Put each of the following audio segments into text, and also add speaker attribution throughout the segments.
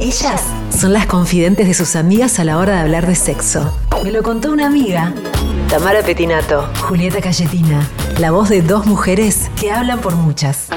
Speaker 1: Ellas son las confidentes de sus amigas a la hora de hablar de sexo. Me lo contó una amiga. Tamara Petinato, Julieta Cayetina, la voz de dos mujeres que hablan por muchas.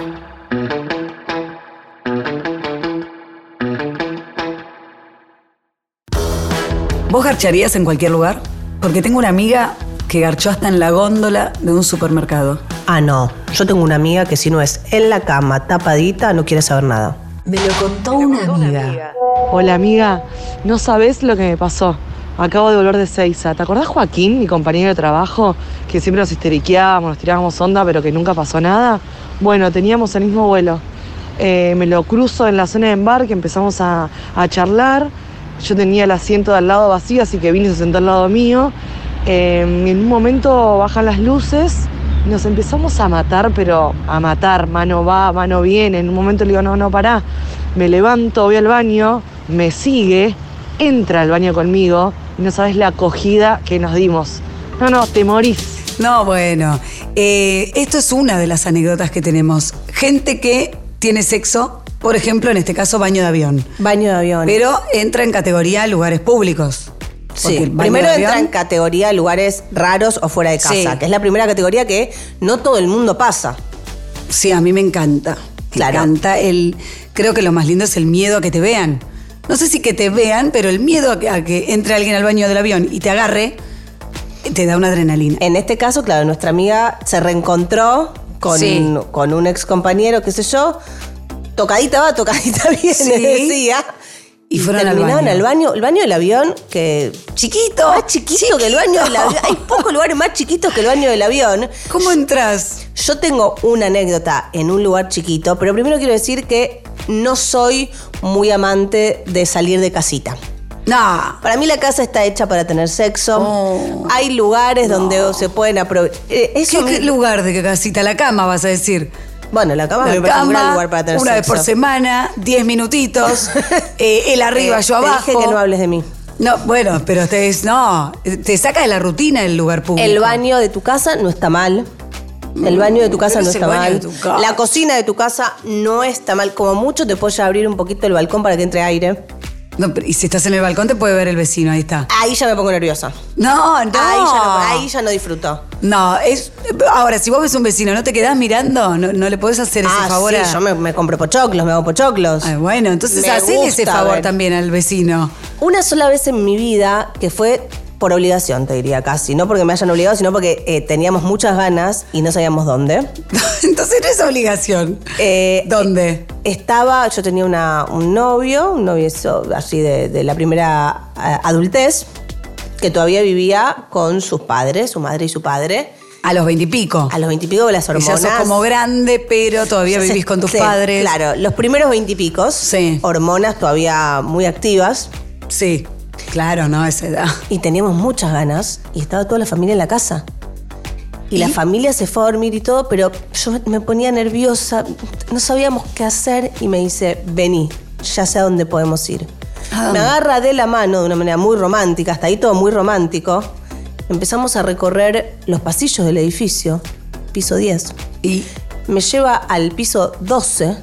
Speaker 2: ¿Vos garcharías en cualquier lugar? Porque tengo una amiga que garchó hasta en la góndola de un supermercado.
Speaker 3: Ah, no. Yo tengo una amiga que si no es en la cama, tapadita, no quiere saber nada.
Speaker 1: Me lo contó una amiga.
Speaker 4: Hola amiga, no sabes lo que me pasó. Acabo de volver de Seiza. ¿Te acordás Joaquín, mi compañero de trabajo, que siempre nos histeriqueábamos, nos tirábamos onda, pero que nunca pasó nada? Bueno, teníamos el mismo vuelo. Eh, me lo cruzo en la zona de embarque, empezamos a, a charlar. Yo tenía el asiento de al lado vacío, así que vine y se sentó al lado mío. Eh, en un momento bajan las luces, nos empezamos a matar, pero a matar, mano va, mano viene. En un momento le digo, no, no, pará. Me levanto, voy al baño, me sigue, entra al baño conmigo y no sabes la acogida que nos dimos. No, no, te morís.
Speaker 2: No, bueno. eh, esto es una de las anécdotas que tenemos. Gente que tiene sexo, por ejemplo, en este caso, baño de avión.
Speaker 3: Baño de avión.
Speaker 2: Pero entra en categoría lugares públicos. Porque
Speaker 3: sí.
Speaker 2: el baño
Speaker 3: Primero
Speaker 2: de avión-
Speaker 3: entra en categoría lugares raros o fuera de casa,
Speaker 2: Sí.
Speaker 3: que es la primera categoría que no todo el mundo pasa.
Speaker 2: Sí, a mí me encanta. Me
Speaker 3: Claro.
Speaker 2: encanta el. Creo que lo más lindo es el miedo a que te vean. No sé si que te vean, pero el miedo a que, a que entre alguien al baño del avión y te agarre, te da una adrenalina.
Speaker 3: En este caso, claro, nuestra amiga se reencontró con,
Speaker 2: Sí.
Speaker 3: con un ex compañero, qué sé yo. Tocadita va, tocadita viene,
Speaker 2: Sí.
Speaker 3: decía.
Speaker 2: Y fueron al
Speaker 3: terminaron
Speaker 2: baño.
Speaker 3: al baño. El baño del avión, que. Chiquito. Más chiquito, que el baño del avión. Hay pocos lugares más chiquitos que el baño del avión.
Speaker 2: ¿Cómo entras?
Speaker 3: Yo tengo una anécdota en un lugar chiquito, pero primero quiero decir que no soy muy amante de salir de casita.
Speaker 2: No.
Speaker 3: Para mí la casa está hecha para tener sexo.
Speaker 2: Oh.
Speaker 3: Hay lugares donde se pueden eh, aprovechar.
Speaker 2: ¿Qué, qué lugar de casita? La cama, vas a decir.
Speaker 3: Bueno, la cama me
Speaker 2: La
Speaker 3: parece un gran
Speaker 2: cama,
Speaker 3: lugar para tener
Speaker 2: una vez
Speaker 3: sexo.
Speaker 2: por semana, 10 minutitos, eh, él arriba,
Speaker 3: Eh,
Speaker 2: yo abajo.
Speaker 3: Te dije que no hables de mí.
Speaker 2: No, bueno, pero te, no, te saca de la rutina el lugar público.
Speaker 3: El baño de tu casa no está mal. El baño de tu casa
Speaker 2: pero
Speaker 3: no
Speaker 2: es el
Speaker 3: está
Speaker 2: baño de
Speaker 3: mal.
Speaker 2: tu casa.
Speaker 3: La cocina de tu casa no está mal. Como mucho te puedes abrir un poquito el balcón para que entre aire.
Speaker 2: No, pero- y si estás en el balcón te puede ver el vecino, ahí está.
Speaker 3: Ahí ya me pongo nerviosa.
Speaker 2: No, no.
Speaker 3: Ahí, ya no, Ah, ahí ya no disfruto.
Speaker 2: No, es. Ahora, si vos ves un vecino, ¿no te quedás mirando? No, no le podés hacer ese
Speaker 3: ah,
Speaker 2: favor
Speaker 3: sí,
Speaker 2: a-
Speaker 3: yo me, me compro pochoclos, me hago pochoclos.
Speaker 2: Ay, bueno, entonces
Speaker 3: Me
Speaker 2: hacele ese
Speaker 3: gusta
Speaker 2: favor
Speaker 3: ver.
Speaker 2: también al vecino.
Speaker 3: Una sola vez en mi vida que fue por obligación, te diría casi. No porque me hayan obligado, sino porque eh, teníamos muchas ganas y no sabíamos dónde.
Speaker 2: entonces no es obligación.
Speaker 3: Eh,
Speaker 2: ¿Dónde?
Speaker 3: Estaba, yo tenía una- un novio, un novio así de, de la primera eh, adultez, que todavía vivía con sus padres, su madre y su padre.
Speaker 2: A los veintipico.
Speaker 3: A los veintipico de las
Speaker 2: Que Oh. ya
Speaker 3: hormonas.
Speaker 2: sos como grande, pero todavía vivís con tus
Speaker 3: Sí,
Speaker 2: padres.
Speaker 3: Claro, los primeros veintipicos,
Speaker 2: Sí.
Speaker 3: hormonas todavía muy activas,
Speaker 2: Sí, claro, ¿no? A Esa edad.
Speaker 3: y teníamos muchas ganas, y estaba toda la familia en la casa. Y, la familia se fue a dormir y todo, pero yo me- me ponía nerviosa, no sabíamos qué hacer, y me dice, vení, ya sé a dónde podemos ir.
Speaker 2: ¿A dónde?
Speaker 3: Me agarra de la mano de una manera muy romántica, hasta ahí todo muy romántico. Empezamos a recorrer los pasillos del edificio, piso 10.
Speaker 2: Y
Speaker 3: Me lleva al piso 12,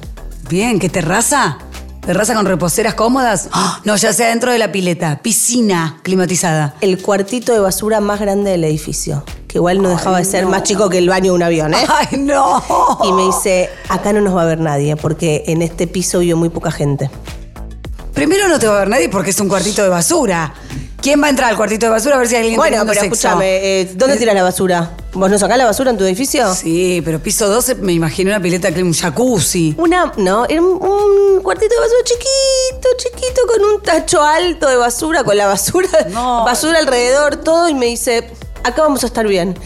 Speaker 2: bien, ¿qué terraza? ¿Terraza con reposeras cómodas? ¡Ah! no, ya sea dentro de la pileta. Piscina climatizada.
Speaker 3: el cuartito de basura más grande del edificio, que igual no dejaba de ser más chico que el baño de un avión, ¿eh?
Speaker 2: ¡Ay, no!
Speaker 3: Y me dice, acá no nos va a ver nadie, porque en este piso vive muy poca gente.
Speaker 2: Primero no te va a ver nadie porque es un cuartito de basura. ¿Quién va a entrar al cuartito de basura a ver si hay alguien
Speaker 3: Bueno,
Speaker 2: teniendo
Speaker 3: pero
Speaker 2: sexo?
Speaker 3: escúchame, eh, ¿dónde tiras la basura? ¿Vos no sacás la basura en tu edificio?
Speaker 2: Sí, pero piso 12 me imagino una pileta, un jacuzzi.
Speaker 3: Una, no, era un, un cuartito de basura chiquito, chiquito, con un tacho alto de basura, con la basura,
Speaker 2: No.
Speaker 3: basura alrededor, todo, y me dice, acá vamos a estar bien.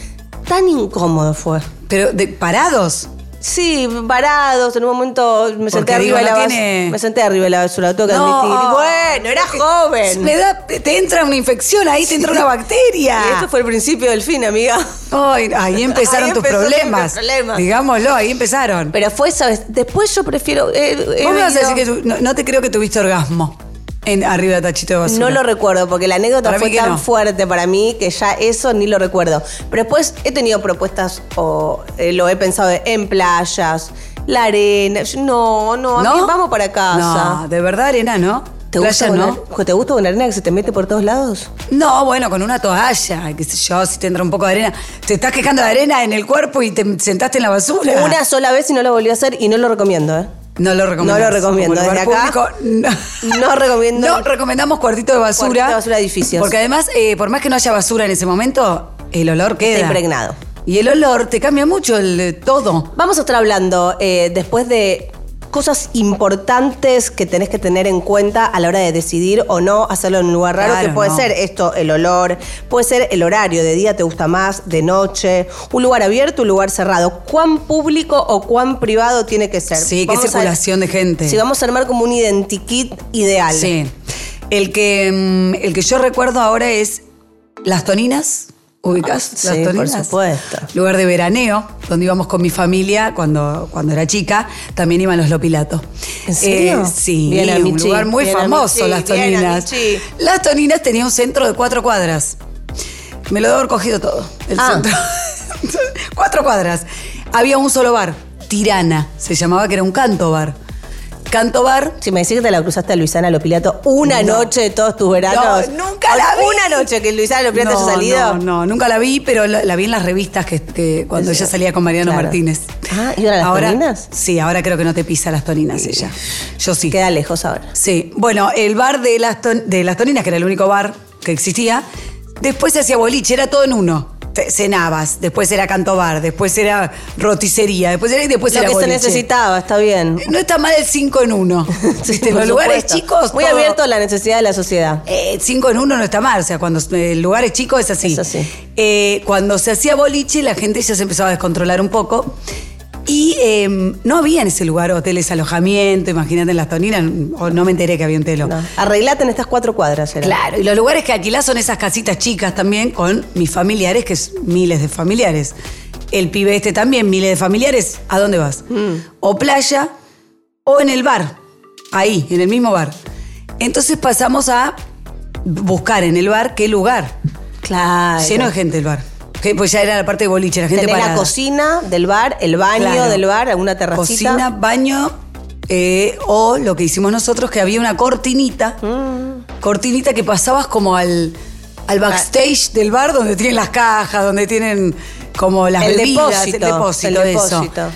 Speaker 3: Tan incómodo fue.
Speaker 2: Pero de, parados.
Speaker 3: Sí, parados, en un momento me senté
Speaker 2: Porque,
Speaker 3: arriba
Speaker 2: digo,
Speaker 3: de la
Speaker 2: no
Speaker 3: basura.
Speaker 2: tiene-
Speaker 3: Me senté arriba de la basura, tengo que
Speaker 2: No.
Speaker 3: admitir. Y Bueno, era joven.
Speaker 2: Me da, te entra una infección, ahí te entra una bacteria.
Speaker 3: Y esto fue el principio del fin, amiga.
Speaker 2: Ay, ahí empezaron
Speaker 3: Ahí
Speaker 2: tus
Speaker 3: empezó
Speaker 2: problemas.
Speaker 3: mis problemas.
Speaker 2: Digámoslo, ahí empezaron.
Speaker 3: Pero fue, ¿sabes? Después yo prefiero. eh, he
Speaker 2: Vos me vas a
Speaker 3: venido-
Speaker 2: decir que tu- no, no te creo que tuviste orgasmo en arriba de tachito de basura.
Speaker 3: No lo recuerdo, porque la anécdota
Speaker 2: Para mí
Speaker 3: fue
Speaker 2: que
Speaker 3: tan
Speaker 2: no.
Speaker 3: fuerte para mí que ya eso ni lo recuerdo. Pero después he tenido propuestas o eh, lo he pensado de- en playas, la arena. Yo, no, no, a mí
Speaker 2: ¿No?
Speaker 3: vamos para casa.
Speaker 2: No, de verdad, arena, ¿no?
Speaker 3: ¿Te gusta,
Speaker 2: Playa, ¿no?
Speaker 3: una- ¿Te gusta una arena que se te mete por todos lados?
Speaker 2: No, bueno, con una toalla, qué sé yo, si tendrá un poco de arena. Te estás quejando de arena en el cuerpo y te sentaste en la basura.
Speaker 3: Una sola vez y no lo volví a hacer y no lo recomiendo, ¿eh?
Speaker 2: No lo recomiendo.
Speaker 3: No lo recomiendo,
Speaker 2: Como lugar
Speaker 3: desde acá,
Speaker 2: público, no.
Speaker 3: no recomiendo-
Speaker 2: No recomendamos cuartito de basura.
Speaker 3: Cuartito de basura de edificios.
Speaker 2: Porque además, eh, por más que no haya basura en ese momento, el olor queda.
Speaker 3: impregnado.
Speaker 2: Y el olor te cambia mucho el eh, todo.
Speaker 3: Vamos a estar hablando eh, después de cosas importantes que tenés que tener en cuenta a la hora de decidir o no hacerlo en un lugar raro,
Speaker 2: Claro,
Speaker 3: que puede
Speaker 2: no.
Speaker 3: ser esto, el olor, puede ser el horario, de día te gusta más, de noche, un lugar abierto, un lugar cerrado. ¿Cuán público o cuán privado tiene que ser?
Speaker 2: Sí, qué
Speaker 3: Vamos a-
Speaker 2: circulación de gente.
Speaker 3: Si vamos a armar como un identikit ideal.
Speaker 2: Sí. El que, mm, el que yo recuerdo ahora es Las Toninas. ¿Ubicás?
Speaker 3: Sí,
Speaker 2: Las
Speaker 3: por
Speaker 2: Toninas.
Speaker 3: supuesto.
Speaker 2: Lugar de veraneo, donde íbamos con mi familia cuando, cuando era chica. También iban los Lopilatos. Eh,
Speaker 3: ¿En serio?
Speaker 2: sí,
Speaker 3: Bien,
Speaker 2: un
Speaker 3: Amichi,
Speaker 2: lugar muy
Speaker 3: bien,
Speaker 2: famoso,
Speaker 3: Amichi,
Speaker 2: Las
Speaker 3: bien,
Speaker 2: Toninas.
Speaker 3: Amichi.
Speaker 2: Las Toninas tenía un centro de cuatro cuadras. Me lo debo haber cogido todo, el
Speaker 3: Ah.
Speaker 2: centro. cuatro cuadras. Había un solo bar, Tirana, se llamaba, que era un canto bar. Canto bar
Speaker 3: Si me decís que te la cruzaste a Luisana Lopilato una
Speaker 2: No.
Speaker 3: noche de todos tus veranos.
Speaker 2: No, nunca la vi.
Speaker 3: Una noche que Luisana Lopilato
Speaker 2: no,
Speaker 3: haya salido.
Speaker 2: No, no, nunca la vi, pero la, la vi en las revistas que, que cuando ella salía con Mariano
Speaker 3: Claro.
Speaker 2: Martínez.
Speaker 3: Ah, ¿y ahora las toninas?
Speaker 2: Sí, ahora creo que no te pisa las toninas ella. Yo sí.
Speaker 3: Queda lejos ahora.
Speaker 2: Sí. Bueno, el bar de las, Ton- de las toninas, que era el único bar que existía, después se hacía boliche, era todo en uno. Te- Cenabas, después era canto bar, después era roticería, después era y después
Speaker 3: Lo
Speaker 2: Pues era
Speaker 3: que se
Speaker 2: boliche.
Speaker 3: necesitaba, está bien.
Speaker 2: No está mal el 5 en uno. ¿Viste?
Speaker 3: Por
Speaker 2: Los lugares
Speaker 3: supuesto.
Speaker 2: este chicos.
Speaker 3: Muy
Speaker 2: todo-
Speaker 3: abierto a la necesidad de la sociedad.
Speaker 2: Eh, cinco en uno no está mal, o sea, cuando eh, el lugar es chico es así.
Speaker 3: Es así.
Speaker 2: Eh, cuando se hacía boliche, la gente ya se empezaba a descontrolar un poco. Y eh, no había en ese lugar hoteles, alojamiento, imagínate en las toninas, o no me enteré que había un telo.
Speaker 3: No. Arreglate en estas cuatro cuadras, era.
Speaker 2: Claro, y los lugares que alquilás son esas casitas chicas también con mis familiares, que es miles de familiares. El pibe este también, miles de familiares, ¿a dónde vas?
Speaker 3: Mm.
Speaker 2: O playa o en el bar, ahí, en el mismo bar. Entonces pasamos a buscar en el bar qué lugar.
Speaker 3: Claro.
Speaker 2: Lleno de gente el bar. Que, Pues ya era la parte de boliche, la gente
Speaker 3: Tenés la
Speaker 2: parada.
Speaker 3: cocina del bar, el baño
Speaker 2: Claro.
Speaker 3: del bar, alguna terracita.
Speaker 2: Cocina, baño eh, o lo que hicimos nosotros, que había una cortinita,
Speaker 3: Mm.
Speaker 2: cortinita que pasabas como al, al
Speaker 3: Ah.
Speaker 2: backstage del bar donde tienen las cajas, donde tienen como las
Speaker 3: El
Speaker 2: bebidas,
Speaker 3: depósito,
Speaker 2: el depósito,
Speaker 3: el
Speaker 2: eso.
Speaker 3: depósito.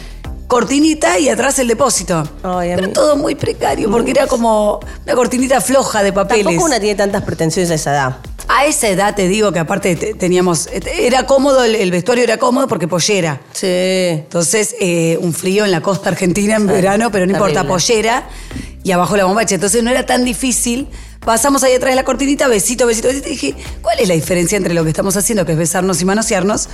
Speaker 2: Cortinita y atrás el depósito.
Speaker 3: Ay, a
Speaker 2: Pero
Speaker 3: mí-
Speaker 2: todo muy precario, porque era como una cortinita floja de papeles.
Speaker 3: Tampoco una tiene tantas pretensiones a esa edad.
Speaker 2: A esa edad te digo que aparte te- teníamos, era cómodo, el, el vestuario era cómodo porque pollera.
Speaker 3: Sí.
Speaker 2: Entonces, eh, un frío en la costa argentina en
Speaker 3: Claro,
Speaker 2: verano, pero no importa,
Speaker 3: terrible.
Speaker 2: pollera y abajo la bombacha. Entonces no era tan difícil. Pasamos ahí atrás de la cortinita, besito, besito, besito. Y dije, ¿cuál es la diferencia entre lo que estamos haciendo, que es besarnos y manosearnos?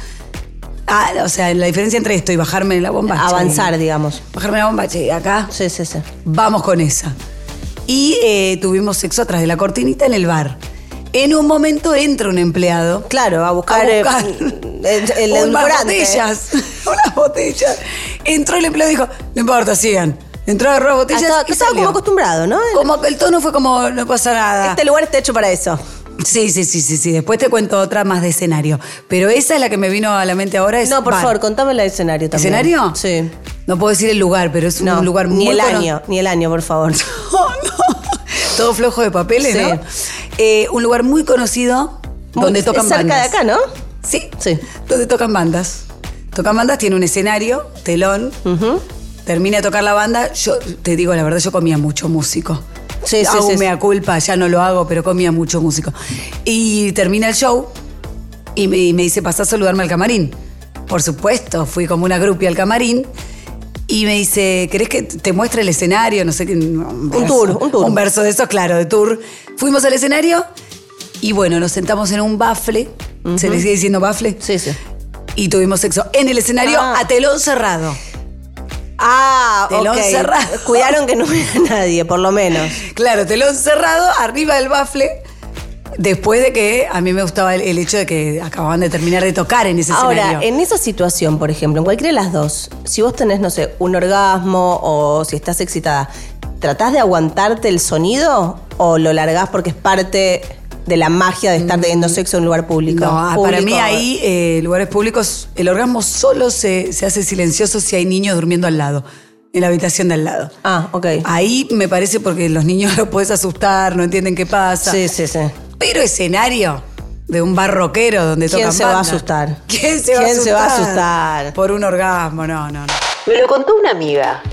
Speaker 2: Ah, o sea, la diferencia entre esto y bajarme la bombacha.
Speaker 3: Avanzar, digamos.
Speaker 2: Bajarme la bombacha y acá
Speaker 3: Sí, sí, sí.
Speaker 2: vamos con esa. Y eh, tuvimos sexo atrás de la cortinita en el bar. En un momento entra un empleado.
Speaker 3: Claro, a buscar,
Speaker 2: A
Speaker 3: eh,
Speaker 2: buscar.
Speaker 3: el, el Ah,
Speaker 2: unas
Speaker 3: edulcorante.
Speaker 2: botellas. Unas botellas. Entró el empleado y dijo, no importa, sigan. Entró, agarró
Speaker 3: Ah,
Speaker 2: botellas
Speaker 3: estaba,
Speaker 2: y
Speaker 3: estaba
Speaker 2: salió.
Speaker 3: como acostumbrado, ¿no?
Speaker 2: Como que el tono fue como, no pasa nada.
Speaker 3: Este lugar está hecho para eso.
Speaker 2: Sí, sí, sí, sí, sí. Después te cuento otra más de escenario. Pero esa es la que me vino a la mente ahora. es
Speaker 3: No, por
Speaker 2: bar.
Speaker 3: favor, contame el escenario también.
Speaker 2: ¿Escenario?
Speaker 3: Sí.
Speaker 2: No puedo decir el lugar, pero es
Speaker 3: No,
Speaker 2: un lugar muy
Speaker 3: ni el
Speaker 2: cono-
Speaker 3: año, ni el año, por favor.
Speaker 2: No, no. Todo flojo de papeles,
Speaker 3: Sí.
Speaker 2: ¿no? Eh, un lugar muy conocido donde
Speaker 3: Muy-
Speaker 2: tocan
Speaker 3: es cerca
Speaker 2: bandas.
Speaker 3: de acá, ¿no?
Speaker 2: Sí,
Speaker 3: Sí.
Speaker 2: Donde tocan bandas. Tocan bandas, tiene un escenario, telón. Termina de tocar la banda. Yo te digo la verdad, yo comía mucho músico.
Speaker 3: Sí, sí,
Speaker 2: hago
Speaker 3: sí, sí.
Speaker 2: mea culpa, ya no lo hago, pero comía mucho músico. Y termina el show y me, y me dice, pasá a saludarme al camarín. Por supuesto, fui como una grupi al camarín. Y me dice, ¿querés que te muestre el escenario? No sé qué. Un, verso.
Speaker 3: tour, un tour.
Speaker 2: Un verso de esos, claro, de tour. Fuimos al escenario y bueno, nos sentamos en un bafle. ¿Se le sigue diciendo bafle?
Speaker 3: Sí, sí.
Speaker 2: Y tuvimos sexo en el escenario
Speaker 3: Ah.
Speaker 2: a telón cerrado.
Speaker 3: Ah,
Speaker 2: Telón
Speaker 3: ok.
Speaker 2: cerrado.
Speaker 3: Cuidaron que no hubiera nadie, por lo menos.
Speaker 2: Claro, telón cerrado, arriba del bafle. Después de que a mí me gustaba el, el hecho de que acababan de terminar de tocar en ese
Speaker 3: Ahora,
Speaker 2: escenario.
Speaker 3: en esa situación, por ejemplo, en cualquiera de las dos, si vos tenés, no sé, un orgasmo o si estás excitada, ¿tratás de aguantarte el sonido o lo largás porque es parte de la magia de estar teniendo sexo en un lugar público?
Speaker 2: Mm. No, ah, para
Speaker 3: Público-
Speaker 2: mí ahí, eh, lugares públicos, el orgasmo solo se, se hace silencioso si hay niños durmiendo al lado. en la habitación de al lado.
Speaker 3: Ah, ok.
Speaker 2: Ahí me parece porque los niños los puedes asustar, no entienden qué pasa.
Speaker 3: sí, sí, sí.
Speaker 2: Pero escenario de un barroquero donde
Speaker 3: ¿Quién
Speaker 2: tocan
Speaker 3: se va a
Speaker 2: banda.
Speaker 3: asustar?
Speaker 2: ¿Quién se va a
Speaker 3: ¿Quién
Speaker 2: asustar?
Speaker 3: se va a asustar?
Speaker 2: Por un orgasmo, no, no, no.
Speaker 1: Me lo contó una amiga.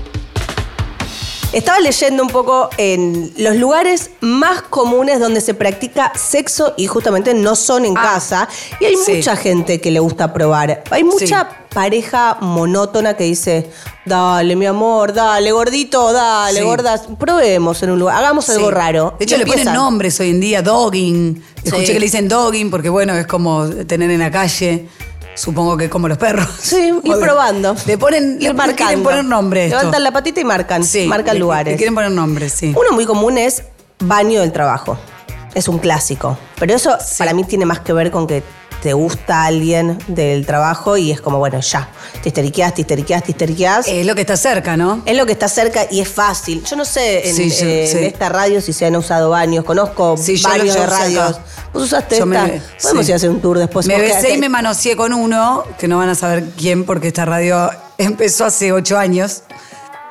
Speaker 3: Estaba leyendo un poco en los lugares más comunes donde se practica sexo y justamente no son en
Speaker 2: Ah,
Speaker 3: casa. Y hay
Speaker 2: sí.
Speaker 3: mucha gente que le gusta probar. Hay mucha pareja monótona que dice, dale mi amor, dale gordito, dale
Speaker 2: Sí.
Speaker 3: gordas, probemos en un lugar, hagamos algo
Speaker 2: Sí.
Speaker 3: raro.
Speaker 2: De hecho,
Speaker 3: Y
Speaker 2: le
Speaker 3: empiezan.
Speaker 2: ponen nombres hoy en día, dogging. Escuché
Speaker 3: Sí.
Speaker 2: que le dicen dogging porque, bueno, es como tener en la calle. Supongo que como los perros.
Speaker 3: Sí, ir
Speaker 2: O-
Speaker 3: probando.
Speaker 2: Le ponen,
Speaker 3: Ir
Speaker 2: le
Speaker 3: marcando.
Speaker 2: quieren poner nombres.
Speaker 3: Levantan la patita y marcan, marcan lugares.
Speaker 2: Le quieren poner nombres, sí.
Speaker 3: Uno muy común es baño del trabajo. Es un clásico. Pero eso para mí tiene más que ver con que te gusta alguien del trabajo y es como, bueno, ya. Te histeriqueás, te histeriqueás, te histeriqueás.
Speaker 2: Es lo que está cerca, ¿no?
Speaker 3: es lo que está cerca y es fácil. Yo no sé en,
Speaker 2: Sí, yo-
Speaker 3: eh, en
Speaker 2: sí.
Speaker 3: esta radio si se han usado baños. Conozco
Speaker 2: Sí, yo
Speaker 3: varios
Speaker 2: lo- yo
Speaker 3: de
Speaker 2: usé
Speaker 3: radios.
Speaker 2: acá.
Speaker 3: Vos usaste
Speaker 2: Yo me-
Speaker 3: esta. Podemos
Speaker 2: sí.
Speaker 3: ir a hacer un tour después.
Speaker 2: Me
Speaker 3: pues Vos
Speaker 2: besé y
Speaker 3: quedate-
Speaker 2: me manoseé con uno, que no van a saber quién porque esta radio empezó hace ocho años.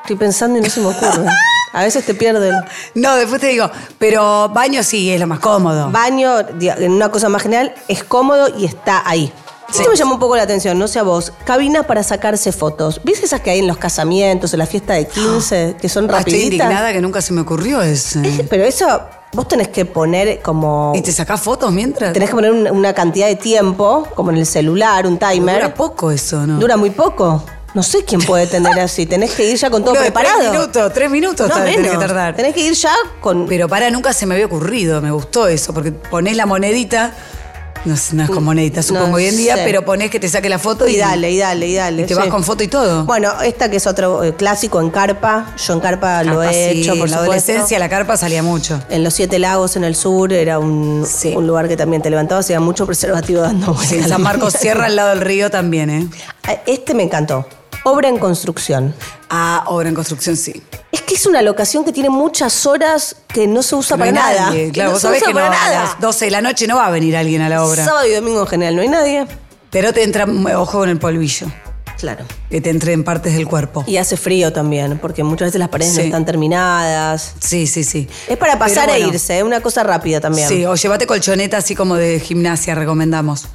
Speaker 3: Estoy pensando y no se me ocurre. a veces te pierden.
Speaker 2: No, después te digo, pero baño sí, es lo más cómodo.
Speaker 3: baño, diga- en una cosa más general, es cómodo y está ahí. Esto me llamó un poco la atención, no sé a vos. Cabinas para sacarse fotos. ¿Viste esas que hay en los casamientos, en la fiesta de 15, que son
Speaker 2: Ah, Estoy
Speaker 3: rapiditas?
Speaker 2: indignada que nunca se me ocurrió eso.
Speaker 3: Pero eso, vos tenés que poner como...
Speaker 2: ¿Y te sacás fotos mientras?
Speaker 3: Tenés que poner un- una cantidad de tiempo, como en el celular, un timer.
Speaker 2: Dura poco eso, ¿no?
Speaker 3: Dura muy poco. No sé quién puede tener así. Tenés que ir ya con todo
Speaker 2: Uno de
Speaker 3: preparado.
Speaker 2: Tres minutos, tres minutos
Speaker 3: No,
Speaker 2: tal vez tenés que
Speaker 3: menos.
Speaker 2: tardar.
Speaker 3: Tenés que ir ya con...
Speaker 2: Pero para, nunca se me había ocurrido, me gustó eso, porque ponés la monedita, no, es- no es con monedita, supongo, hoy en día,
Speaker 3: Mm, sé.
Speaker 2: pero ponés que te saque la foto y,
Speaker 3: Y dale, y dale, y dale.
Speaker 2: y te vas
Speaker 3: sí.
Speaker 2: con foto y todo.
Speaker 3: Bueno, esta que es otro eh, clásico en carpa. Yo en carpa, lo
Speaker 2: Carpa,
Speaker 3: he
Speaker 2: sí,
Speaker 3: hecho, por
Speaker 2: en la
Speaker 3: supuesto.
Speaker 2: adolescencia la carpa salía mucho.
Speaker 3: En los Siete Lagos, en el sur, era un,
Speaker 2: Sí.
Speaker 3: un lugar que también te levantabas y había mucho preservativo dando vueltas.
Speaker 2: Sí, San Marcos Sierra al lado del río también, ¿eh?
Speaker 3: Ah, Este me encantó. Obra en construcción.
Speaker 2: Ah, obra en construcción, sí.
Speaker 3: Es que es una locación que tiene muchas horas que no se usa
Speaker 2: No hay
Speaker 3: para nada.
Speaker 2: nadie,
Speaker 3: Que
Speaker 2: Claro,
Speaker 3: no
Speaker 2: vos
Speaker 3: se
Speaker 2: sabés
Speaker 3: usa
Speaker 2: que no,
Speaker 3: para
Speaker 2: a
Speaker 3: nada.
Speaker 2: las 12 de la noche no va a venir alguien a la obra.
Speaker 3: Sábado y domingo en general no hay nadie.
Speaker 2: Pero te entra, ojo con el polvillo,
Speaker 3: Claro.
Speaker 2: que te entre en partes del cuerpo.
Speaker 3: Y hace frío también, porque muchas veces las paredes no
Speaker 2: Sí.
Speaker 3: están terminadas.
Speaker 2: Sí, sí, sí.
Speaker 3: Es para pasar
Speaker 2: Pero
Speaker 3: a
Speaker 2: bueno,
Speaker 3: irse, es una cosa rápida también.
Speaker 2: Sí, o llévate colchoneta así como de gimnasia, recomendamos.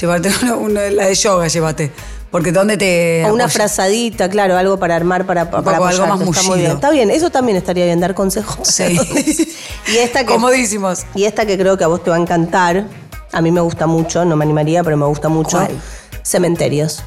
Speaker 2: Llévate una, una- la de yoga, llévate. Porque ¿dónde te.
Speaker 3: O una
Speaker 2: apoyas?
Speaker 3: frazadita, claro, algo para armar, para, para
Speaker 2: poco algo
Speaker 3: apoyarte,
Speaker 2: más
Speaker 3: está muy
Speaker 2: mullido.
Speaker 3: bien. Está bien, eso también estaría bien, dar consejos.
Speaker 2: Sí.
Speaker 3: y, esta que,
Speaker 2: Comodísimos.
Speaker 3: y esta que creo que a vos te va a encantar, a mí me gusta mucho, no me animaría, pero me gusta mucho.
Speaker 2: ¿Cuál?
Speaker 3: Cementerios.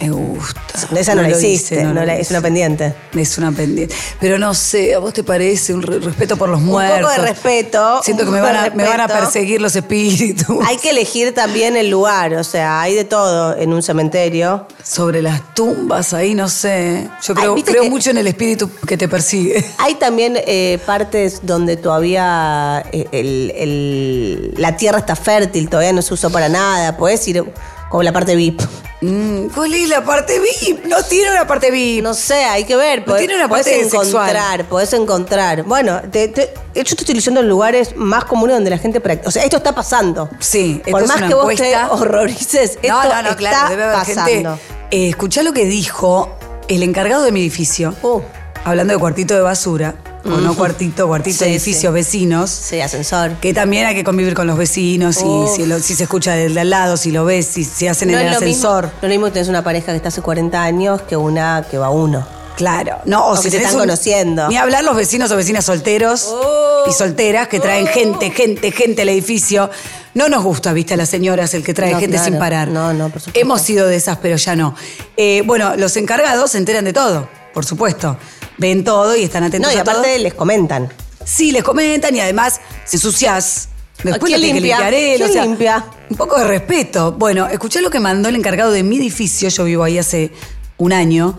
Speaker 2: Me gusta.
Speaker 3: Esa no, la
Speaker 2: lo
Speaker 3: hiciste,
Speaker 2: hice, no
Speaker 3: no
Speaker 2: lo
Speaker 3: la- es
Speaker 2: hice.
Speaker 3: una pendiente.
Speaker 2: Es una pendiente. Pero no sé, ¿a vos te parece un re- respeto por los muertos?
Speaker 3: de respeto,
Speaker 2: Siento que
Speaker 3: un
Speaker 2: me van,
Speaker 3: poco de
Speaker 2: a, me van a
Speaker 3: respeto.
Speaker 2: perseguir los espíritus.
Speaker 3: Hay que elegir también el lugar, o sea, hay de todo en un cementerio.
Speaker 2: Sobre las tumbas ahí, no sé. Yo creo,
Speaker 3: viste
Speaker 2: creo
Speaker 3: que-
Speaker 2: mucho en el espíritu que te persigue.
Speaker 3: Hay también eh, partes donde todavía eh, el- el- la tierra está fértil, todavía no se usó para nada. Podés ir como la parte VIP.
Speaker 2: Mm, ¿Cuál es la parte VIP? No tiene una parte VIP.
Speaker 3: No sé, hay que ver. Podés,
Speaker 2: tiene una
Speaker 3: podés
Speaker 2: parte
Speaker 3: encontrar,
Speaker 2: sexual.
Speaker 3: podés encontrar. Bueno, te- te- yo te estoy diciendo lugares más comunes donde la gente practica. O sea, esto está pasando.
Speaker 2: Sí, esto
Speaker 3: Por
Speaker 2: es
Speaker 3: más
Speaker 2: una
Speaker 3: que vos te
Speaker 2: encuesta.
Speaker 3: horrorices, esto
Speaker 2: no, no, no,
Speaker 3: está
Speaker 2: claro, debe haber
Speaker 3: pasando.
Speaker 2: gente. Eh, escuchá lo que dijo el encargado de mi edificio,
Speaker 3: Uh,
Speaker 2: hablando de cuartito de basura, o no cuartito, cuartito
Speaker 3: Sí,
Speaker 2: de edificios,
Speaker 3: sí.
Speaker 2: vecinos,
Speaker 3: sí, ascensor.
Speaker 2: que también hay que convivir con los vecinos,
Speaker 3: Uf.
Speaker 2: y si, lo- si se escucha del de al lado, si lo ves, si se hacen en el
Speaker 3: es lo mismo-
Speaker 2: ascensor.
Speaker 3: no es lo mismo que tenés una pareja que está hace 40 años que una que va uno.
Speaker 2: Claro, no, o,
Speaker 3: O
Speaker 2: si
Speaker 3: que se
Speaker 2: tenés
Speaker 3: están conociendo.
Speaker 2: Ni hablar los vecinos o vecinas solteros
Speaker 3: Oh.
Speaker 2: y solteras que traen gente, gente, gente al edificio. No nos gusta, viste, a las señoras el que trae
Speaker 3: No,
Speaker 2: gente
Speaker 3: claro.
Speaker 2: sin parar.
Speaker 3: No, no, por supuesto.
Speaker 2: Hemos sido de esas, pero ya no. Eh, bueno, los encargados se enteran de todo, por supuesto. Ven todo y están atentos
Speaker 3: No, y
Speaker 2: a todo.
Speaker 3: aparte les comentan.
Speaker 2: Sí, les comentan y además se ensucias. Después
Speaker 3: ¿Quién
Speaker 2: lo tenés que
Speaker 3: Ah, limpia?
Speaker 2: limpiar él,
Speaker 3: ¿Quién
Speaker 2: o sea,
Speaker 3: limpia?
Speaker 2: Un poco de respeto. Bueno, escuché lo que mandó el encargado de mi edificio, yo vivo ahí hace un año.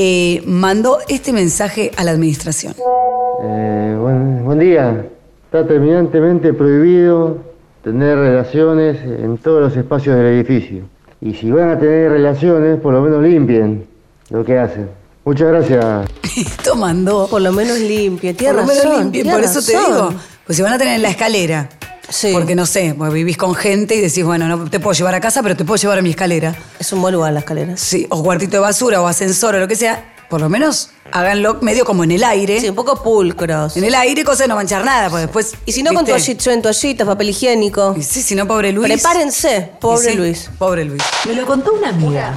Speaker 2: eh, mandó este mensaje a la administración.
Speaker 5: Eh, buen, buen día. Está terminantemente prohibido tener relaciones en todos los espacios del edificio. Y si van a tener relaciones, por lo menos limpien lo que hacen. Muchas gracias.
Speaker 2: Esto mandó.
Speaker 3: Por lo menos limpia,
Speaker 2: Por
Speaker 3: tiene
Speaker 2: lo menos
Speaker 3: razón.
Speaker 2: limpien,
Speaker 3: tiene
Speaker 2: por eso te
Speaker 3: razón.
Speaker 2: digo. Pues si van a tener en la escalera.
Speaker 3: Sí.
Speaker 2: Porque no sé, porque vivís con gente y decís, bueno, no te puedo llevar a casa, pero te puedo llevar a mi escalera.
Speaker 3: Es un buen lugar la escalera.
Speaker 2: Sí, o cuartito de basura, o ascensor, o lo que sea. por lo menos háganlo medio como en el aire.
Speaker 3: Sí, un poco pulcros.
Speaker 2: En el aire, cosa de no manchar nada, pues después.
Speaker 3: Y si no, con
Speaker 2: ¿viste?
Speaker 3: toallitas, en toallitas, papel higiénico.
Speaker 2: Y Sí, si no, pobre Luis.
Speaker 3: Prepárense, pobre
Speaker 2: Y sí,
Speaker 3: Luis.
Speaker 2: Pobre Luis.
Speaker 1: Me lo contó una amiga.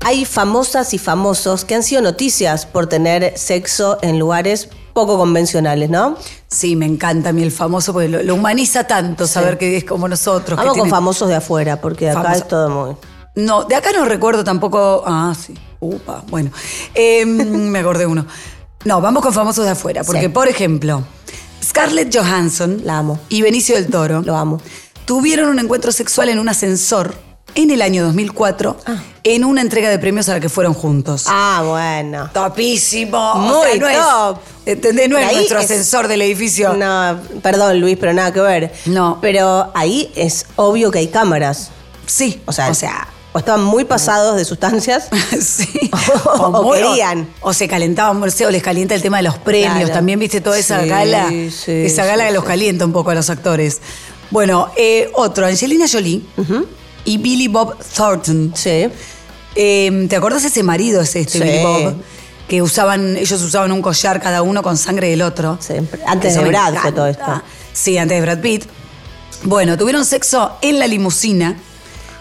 Speaker 3: Hay famosas y famosos que han sido noticias por tener sexo en lugares poco convencionales, ¿no?
Speaker 2: Sí, me encanta a mí el famoso, porque lo, lo humaniza tanto saber que es como nosotros. que
Speaker 3: Vamos con
Speaker 2: tiene-
Speaker 3: famosos de afuera, porque de acá
Speaker 2: Famoso.
Speaker 3: es todo muy...
Speaker 2: No, de acá no recuerdo tampoco. Ah, sí. Upa, bueno. Eh, me acordé uno. No, vamos con famosos de afuera, porque
Speaker 3: Sí.
Speaker 2: por ejemplo, Scarlett Johansson
Speaker 3: La amo.
Speaker 2: y Benicio del Toro
Speaker 3: Lo amo.
Speaker 2: tuvieron un encuentro sexual en un ascensor en el año 2004
Speaker 3: Ah.
Speaker 2: en una entrega de premios a la que fueron juntos.
Speaker 3: Ah, bueno.
Speaker 2: Topísimo.
Speaker 3: Muy
Speaker 2: no es-
Speaker 3: top.
Speaker 2: ¿Entendés? No es
Speaker 3: Ahí
Speaker 2: nuestro
Speaker 3: es-
Speaker 2: ascensor del edificio.
Speaker 3: No, perdón Luis, pero nada que ver.
Speaker 2: No.
Speaker 3: Pero ahí es obvio que hay cámaras.
Speaker 2: Sí.
Speaker 3: O sea, o, estaban muy pasados de sustancias.
Speaker 2: sí.
Speaker 3: O
Speaker 2: muy-
Speaker 3: querían.
Speaker 2: O, se calentaban, o les calienta el tema de los premios.
Speaker 3: Claro.
Speaker 2: También viste toda esa
Speaker 3: Sí,
Speaker 2: gala.
Speaker 3: sí,
Speaker 2: esa gala
Speaker 3: sí,
Speaker 2: que los calienta un poco a los actores. Bueno, eh, otro, Angelina Jolie y Billy Bob Thornton.
Speaker 3: Sí.
Speaker 2: Eh, ¿Te acordás ese marido, ese este
Speaker 3: Sí.
Speaker 2: Billy Bob? Que usaban, ellos usaban un collar cada uno con sangre del otro.
Speaker 3: Sí, antes
Speaker 2: Eso
Speaker 3: de
Speaker 2: me
Speaker 3: Brad fue
Speaker 2: encanta.
Speaker 3: todo esto.
Speaker 2: Sí, antes de Brad Pitt. Bueno, tuvieron sexo en la limusina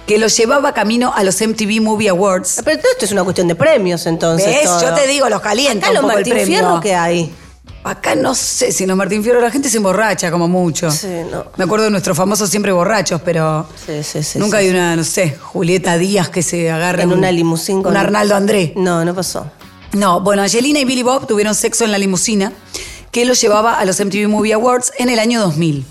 Speaker 2: que los llevaba camino a los MTV Movie Awards.
Speaker 3: Pero todo esto es una cuestión de premios, entonces.
Speaker 2: ¿Ves?
Speaker 3: todo.
Speaker 2: Yo te digo, los calienta
Speaker 3: Acá
Speaker 2: un
Speaker 3: lo
Speaker 2: poco el
Speaker 3: Martín
Speaker 2: premio.
Speaker 3: Fierro que hay.
Speaker 2: Acá no sé si en los Martín Fierro la gente se emborracha como mucho.
Speaker 3: Sí, no.
Speaker 2: Me acuerdo de nuestros famosos siempre borrachos, pero
Speaker 3: Sí, sí, sí.
Speaker 2: nunca
Speaker 3: sí.
Speaker 2: hay una, no sé, Julieta Díaz que se agarra
Speaker 3: En
Speaker 2: un-
Speaker 3: una limusín con.
Speaker 2: Un Arnaldo André.
Speaker 3: No, no pasó.
Speaker 2: No, bueno, Angelina y Billy Bob tuvieron sexo en la limusina que los llevaba a los MTV Movie Awards en el año 2000.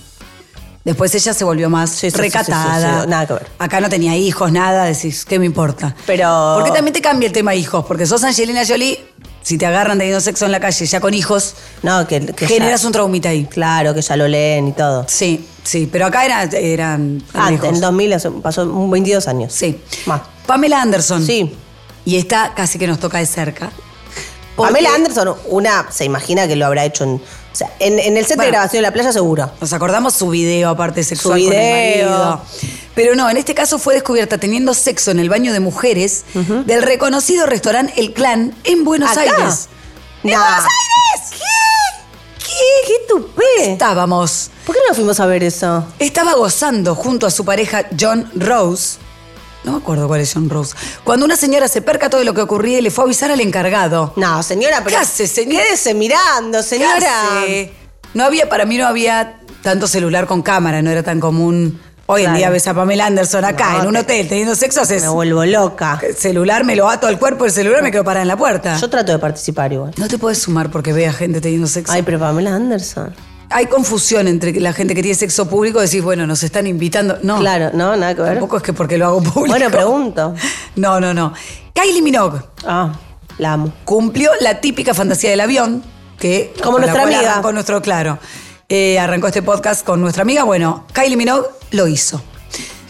Speaker 2: Después ella se volvió más
Speaker 3: Sí, sí, sí,
Speaker 2: recatada.
Speaker 3: sí, sí, sí, nada que ver.
Speaker 2: Acá no tenía hijos, nada, decís, ¿qué me importa?
Speaker 3: Pero-
Speaker 2: Porque también te cambia el tema hijos, porque sos Angelina Jolie, si te agarran teniendo sexo en la calle ya con hijos,
Speaker 3: No, que, que ya-
Speaker 2: generas un traumita ahí.
Speaker 3: Claro, que ya lo leen y todo.
Speaker 2: Sí, sí, pero acá era, eran
Speaker 3: Antes,
Speaker 2: lejos.
Speaker 3: en 2000, hace- pasó un 22 años.
Speaker 2: Sí.
Speaker 3: Más.
Speaker 2: Pamela Anderson.
Speaker 3: Sí.
Speaker 2: Y está casi que nos toca de cerca. Porque-
Speaker 3: Pamela Anderson, una, se imagina que lo habrá hecho en. O sea, en, en el set
Speaker 2: Bueno.
Speaker 3: de grabación de la playa, seguro.
Speaker 2: Nos acordamos su video, aparte sexual
Speaker 3: Su
Speaker 2: con el
Speaker 3: video.
Speaker 2: marido. Pero no, en este caso fue descubierta teniendo sexo en el baño de mujeres del reconocido restaurante El Clan en Buenos
Speaker 3: ¿Acá?
Speaker 2: Aires.
Speaker 3: ¡En
Speaker 2: Buenos Aires!
Speaker 3: ¿Qué? ¿Qué? ¿Qué tupé?
Speaker 2: Estábamos.
Speaker 3: ¿Por qué no fuimos a ver eso?
Speaker 2: Estaba gozando junto a su pareja John Rose. No me acuerdo cuál es John Rose. Cuando una señora se percató de lo que ocurría y le fue a avisar al encargado.
Speaker 3: No, señora, pero.
Speaker 2: ¿Qué hace, señora?
Speaker 3: Quédese mirando,
Speaker 2: ¿Qué
Speaker 3: señora.
Speaker 2: hace? No había, para mí no había tanto celular con cámara, no era tan común. Hoy en
Speaker 3: Claro.
Speaker 2: día ves a Pamela Anderson acá,
Speaker 3: No,
Speaker 2: en un
Speaker 3: te-
Speaker 2: hotel, teniendo sexo, haces...
Speaker 3: Me vuelvo loca.
Speaker 2: celular me lo ato al cuerpo, el celular me quedo parada en la puerta.
Speaker 3: Yo trato de participar igual.
Speaker 2: No te puedes sumar porque vea gente teniendo sexo.
Speaker 3: Ay, pero Pamela Anderson.
Speaker 2: Hay confusión entre la gente que tiene sexo público, decís, bueno, nos están invitando. No,
Speaker 3: Claro, no, nada que ver.
Speaker 2: tampoco es que porque lo hago público.
Speaker 3: Bueno, pregunto.
Speaker 2: No, no, no. Kylie Minogue
Speaker 3: Ah, la amo.
Speaker 2: cumplió la típica fantasía del avión, que
Speaker 3: Como
Speaker 2: con la
Speaker 3: nuestra
Speaker 2: cual
Speaker 3: amiga.
Speaker 2: arrancó nuestro claro. Eh, arrancó este podcast con nuestra amiga. Bueno, Kylie Minogue lo hizo.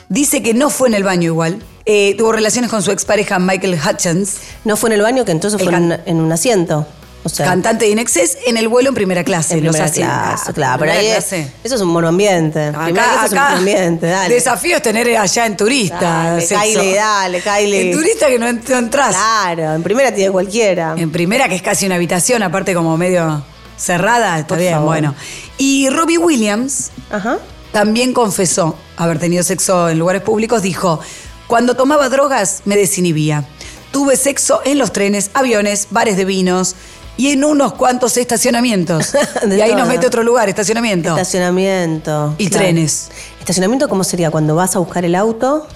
Speaker 2: Dice que no fue en el baño igual. Eh, tuvo relaciones con su expareja Michael Hutchins.
Speaker 3: No fue en el baño, que entonces
Speaker 2: El
Speaker 3: fue en, un-
Speaker 2: can-
Speaker 3: en un asiento. O sea,
Speaker 2: Cantante de Inexcess en el vuelo en primera clase.
Speaker 3: en
Speaker 2: los
Speaker 3: primera
Speaker 2: hacía en
Speaker 3: clase,
Speaker 2: casa.
Speaker 3: Claro, pero ahí
Speaker 2: Ah, Primera
Speaker 3: es, Ah,
Speaker 2: clase.
Speaker 3: eso es un monoambiente. Primera
Speaker 2: Acá,
Speaker 3: clase es un
Speaker 2: acá,
Speaker 3: monoambiente, dale.
Speaker 2: desafío es tener allá en turista.
Speaker 3: Dale,
Speaker 2: sexo.
Speaker 3: Kylie, dale, Kylie.
Speaker 2: En turista que no, ent- no entras.
Speaker 3: Claro, en primera tiene cualquiera.
Speaker 2: En primera, que es casi una habitación, aparte como medio cerrada, está
Speaker 3: Por
Speaker 2: bien,
Speaker 3: favor.
Speaker 2: bueno. Y Robbie Williams
Speaker 3: Ajá.
Speaker 2: también confesó haber tenido sexo en lugares públicos. Dijo, cuando tomaba drogas me desinhibía. Tuve sexo en los trenes, aviones, bares de vinos y en unos cuantos estacionamientos.
Speaker 3: De
Speaker 2: y ahí nos
Speaker 3: todo.
Speaker 2: mete otro lugar, estacionamiento.
Speaker 3: Estacionamiento.
Speaker 2: Y trenes.
Speaker 3: ¿Estacionamiento cómo sería? Cuando vas a buscar el auto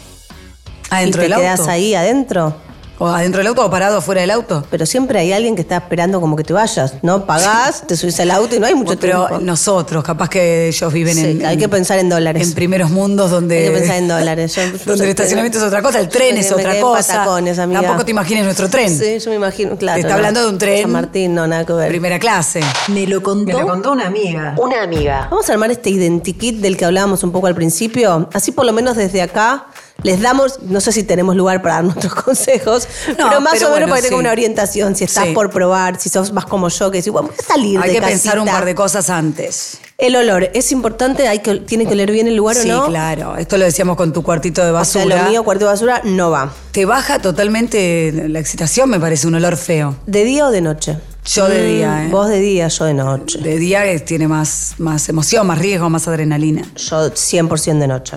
Speaker 2: adentro
Speaker 3: y te
Speaker 2: del
Speaker 3: quedas
Speaker 2: auto.
Speaker 3: ahí adentro.
Speaker 2: O adentro del auto o parado afuera del auto.
Speaker 3: Pero siempre hay alguien que está esperando como que te vayas, ¿no? Pagás, te subís al auto y no hay mucho
Speaker 2: Pero
Speaker 3: tiempo.
Speaker 2: nosotros, capaz que ellos viven
Speaker 3: Sí,
Speaker 2: en.
Speaker 3: hay
Speaker 2: en-
Speaker 3: que pensar en dólares.
Speaker 2: En primeros mundos donde.
Speaker 3: Hay que pensar en dólares. Yo- yo-
Speaker 2: donde el estacionamiento es otra cosa, el tren
Speaker 3: Me
Speaker 2: es
Speaker 3: quedé- me
Speaker 2: otra
Speaker 3: quedé en
Speaker 2: cosa.
Speaker 3: Patagones, amiga.
Speaker 2: Tampoco te imagines nuestro tren.
Speaker 3: Sí, yo me imagino, claro.
Speaker 2: Te está
Speaker 3: no.
Speaker 2: hablando de un tren.
Speaker 3: San Martín, no, nada que ver.
Speaker 2: Primera clase.
Speaker 1: Me lo contó,
Speaker 2: Me lo contó una amiga.
Speaker 1: una amiga.
Speaker 3: Vamos a armar este identikit del que hablábamos un poco al principio. Así por lo menos desde acá les damos, no sé si tenemos lugar para dar nuestros consejos,
Speaker 2: No,
Speaker 3: pero más
Speaker 2: pero
Speaker 3: o menos
Speaker 2: bueno,
Speaker 3: para que tenga
Speaker 2: sí.
Speaker 3: una orientación, si estás
Speaker 2: Sí.
Speaker 3: por probar, si sos más como yo, que decís, bueno, voy a salir
Speaker 2: Hay
Speaker 3: de
Speaker 2: que
Speaker 3: casita.
Speaker 2: pensar un par de cosas antes.
Speaker 3: El olor, ¿es importante? Hay que, ¿Tiene que oler bien el lugar
Speaker 2: sí,
Speaker 3: o no?
Speaker 2: claro. Esto lo decíamos con tu cuartito de
Speaker 3: O sea,
Speaker 2: basura.
Speaker 3: lo mío, cuarto de basura, no va.
Speaker 2: Te baja totalmente la excitación, me parece un olor feo.
Speaker 3: ¿De día o de noche?
Speaker 2: Yo de
Speaker 3: Mm,
Speaker 2: día, ¿eh?
Speaker 3: Vos de día, yo de noche.
Speaker 2: De día eh, tiene más, más emoción, más riesgo, más adrenalina.
Speaker 3: Yo 100% de noche.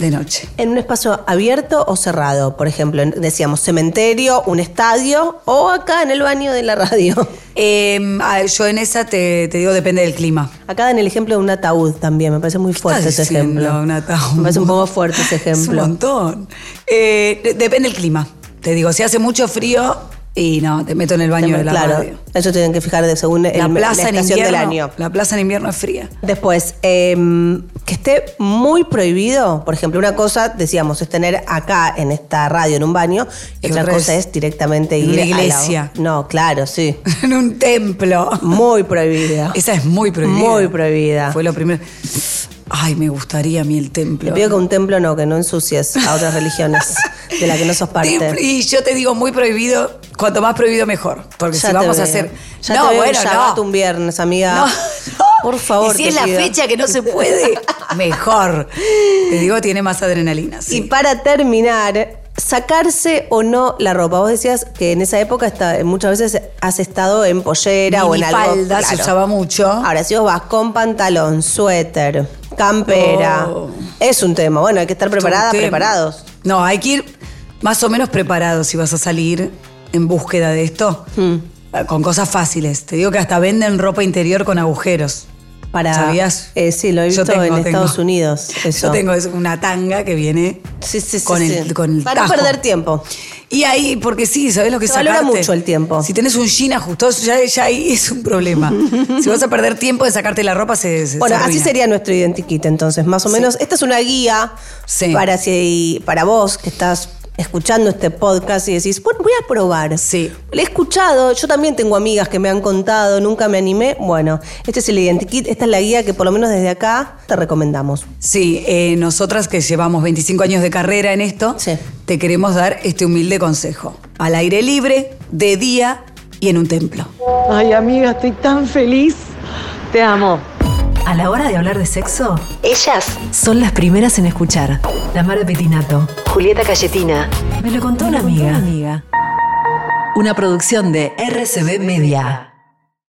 Speaker 2: De noche.
Speaker 3: ¿En un espacio abierto o cerrado? Por ejemplo, en- decíamos cementerio, un estadio o acá en el baño de la radio.
Speaker 2: Eh, ah, yo en esa te, te digo, depende del clima.
Speaker 3: Acá en el ejemplo de un ataúd también, me parece muy fuerte
Speaker 2: estás
Speaker 3: ese
Speaker 2: diciendo,
Speaker 3: ejemplo.
Speaker 2: un ataúd?
Speaker 3: Me parece un poco fuerte ese
Speaker 2: Es un
Speaker 3: ejemplo.
Speaker 2: montón. Eh, de- depende del clima. Te digo, si hace mucho frío y no, te meto en el baño de la
Speaker 3: claro,
Speaker 2: radio.
Speaker 3: eso tienen que fijar de según el-
Speaker 2: La plaza en
Speaker 3: estación
Speaker 2: invierno,
Speaker 3: del año.
Speaker 2: La plaza en invierno es fría.
Speaker 3: Después, eh, que esté muy prohibido, por ejemplo, una cosa, decíamos, es tener acá en esta radio, en un baño, y
Speaker 2: Y
Speaker 3: otra
Speaker 2: otra
Speaker 3: cosa
Speaker 2: es
Speaker 3: es directamente
Speaker 2: en
Speaker 3: ir
Speaker 2: una
Speaker 3: a la-
Speaker 2: iglesia.
Speaker 3: no, claro, sí.
Speaker 2: en un templo.
Speaker 3: Muy prohibida.
Speaker 2: Esa es muy prohibida.
Speaker 3: Muy prohibida.
Speaker 2: Fue lo primero. Ay, me gustaría a mí el templo.
Speaker 3: Te pido que un templo no, que no ensucies a otras religiones de la que no sos parte.
Speaker 2: Templo- Y yo te digo, muy prohibido. Cuanto más prohibido, mejor. Porque
Speaker 3: Ya
Speaker 2: si
Speaker 3: te
Speaker 2: vamos a
Speaker 3: veo.
Speaker 2: hacer.
Speaker 3: Ya
Speaker 2: no,
Speaker 3: te veo un
Speaker 2: bueno,
Speaker 3: Shabbat
Speaker 2: no.
Speaker 3: un viernes, amiga.
Speaker 2: No, no.
Speaker 3: Por favor.
Speaker 2: Y si
Speaker 3: te
Speaker 2: es la
Speaker 3: pido.
Speaker 2: fecha que no se puede, mejor. Te digo, tiene más adrenalina.
Speaker 3: Y
Speaker 2: Sí.
Speaker 3: para terminar, sacarse o no la ropa. Vos decías que en esa época está- muchas veces has estado en pollera o en algo.
Speaker 2: Minifalda se
Speaker 3: claro.
Speaker 2: usaba mucho.
Speaker 3: Ahora, si vos vas con pantalón, suéter, campera,
Speaker 2: Oh.
Speaker 3: es un tema. Bueno, hay que estar preparada,
Speaker 2: Todo un tema.
Speaker 3: preparados.
Speaker 2: No, hay que ir más o menos preparados si vas a salir en búsqueda de esto. Ah, Con cosas fáciles. Te digo que hasta venden ropa interior con agujeros.
Speaker 3: Para,
Speaker 2: ¿Sabías?
Speaker 3: Eh, sí, lo he
Speaker 2: Yo
Speaker 3: visto
Speaker 2: tengo,
Speaker 3: en
Speaker 2: tengo.
Speaker 3: Estados Unidos. Eso.
Speaker 2: Yo tengo es una tanga que viene
Speaker 3: Sí, sí, sí,
Speaker 2: con,
Speaker 3: sí.
Speaker 2: El, con el
Speaker 3: Para no
Speaker 2: tajo.
Speaker 3: perder tiempo.
Speaker 2: Y ahí, porque sí, ¿sabés lo que
Speaker 3: Se valora
Speaker 2: sacarte?
Speaker 3: mucho el tiempo.
Speaker 2: Si tenés un jean ajustoso, ya, ya ahí es un problema. si vas a perder tiempo de sacarte la ropa, se, se-
Speaker 3: Bueno,
Speaker 2: se
Speaker 3: así
Speaker 2: arruina.
Speaker 3: sería nuestro identikit, entonces, más o menos. Esta es una guía
Speaker 2: Sí.
Speaker 3: para, si, para vos que estás escuchando este podcast y decís, bueno, voy a probar.
Speaker 2: Sí.
Speaker 3: Lo he escuchado, yo también tengo amigas que me han contado, nunca me animé. Bueno, este es el identikit, esta es la guía que por lo menos desde acá te recomendamos.
Speaker 2: Sí, eh, nosotras que llevamos 25 años de carrera en esto,
Speaker 3: Sí.
Speaker 2: te queremos dar este humilde consejo. Al aire libre, de día y en un templo.
Speaker 4: Ay, amiga, estoy tan feliz. Te amo.
Speaker 1: A la hora de hablar de sexo, ellas son las primeras en escuchar. Tamara Petinato, Julieta Cayetina. Me lo contó una amiga. Una producción de RCB Media.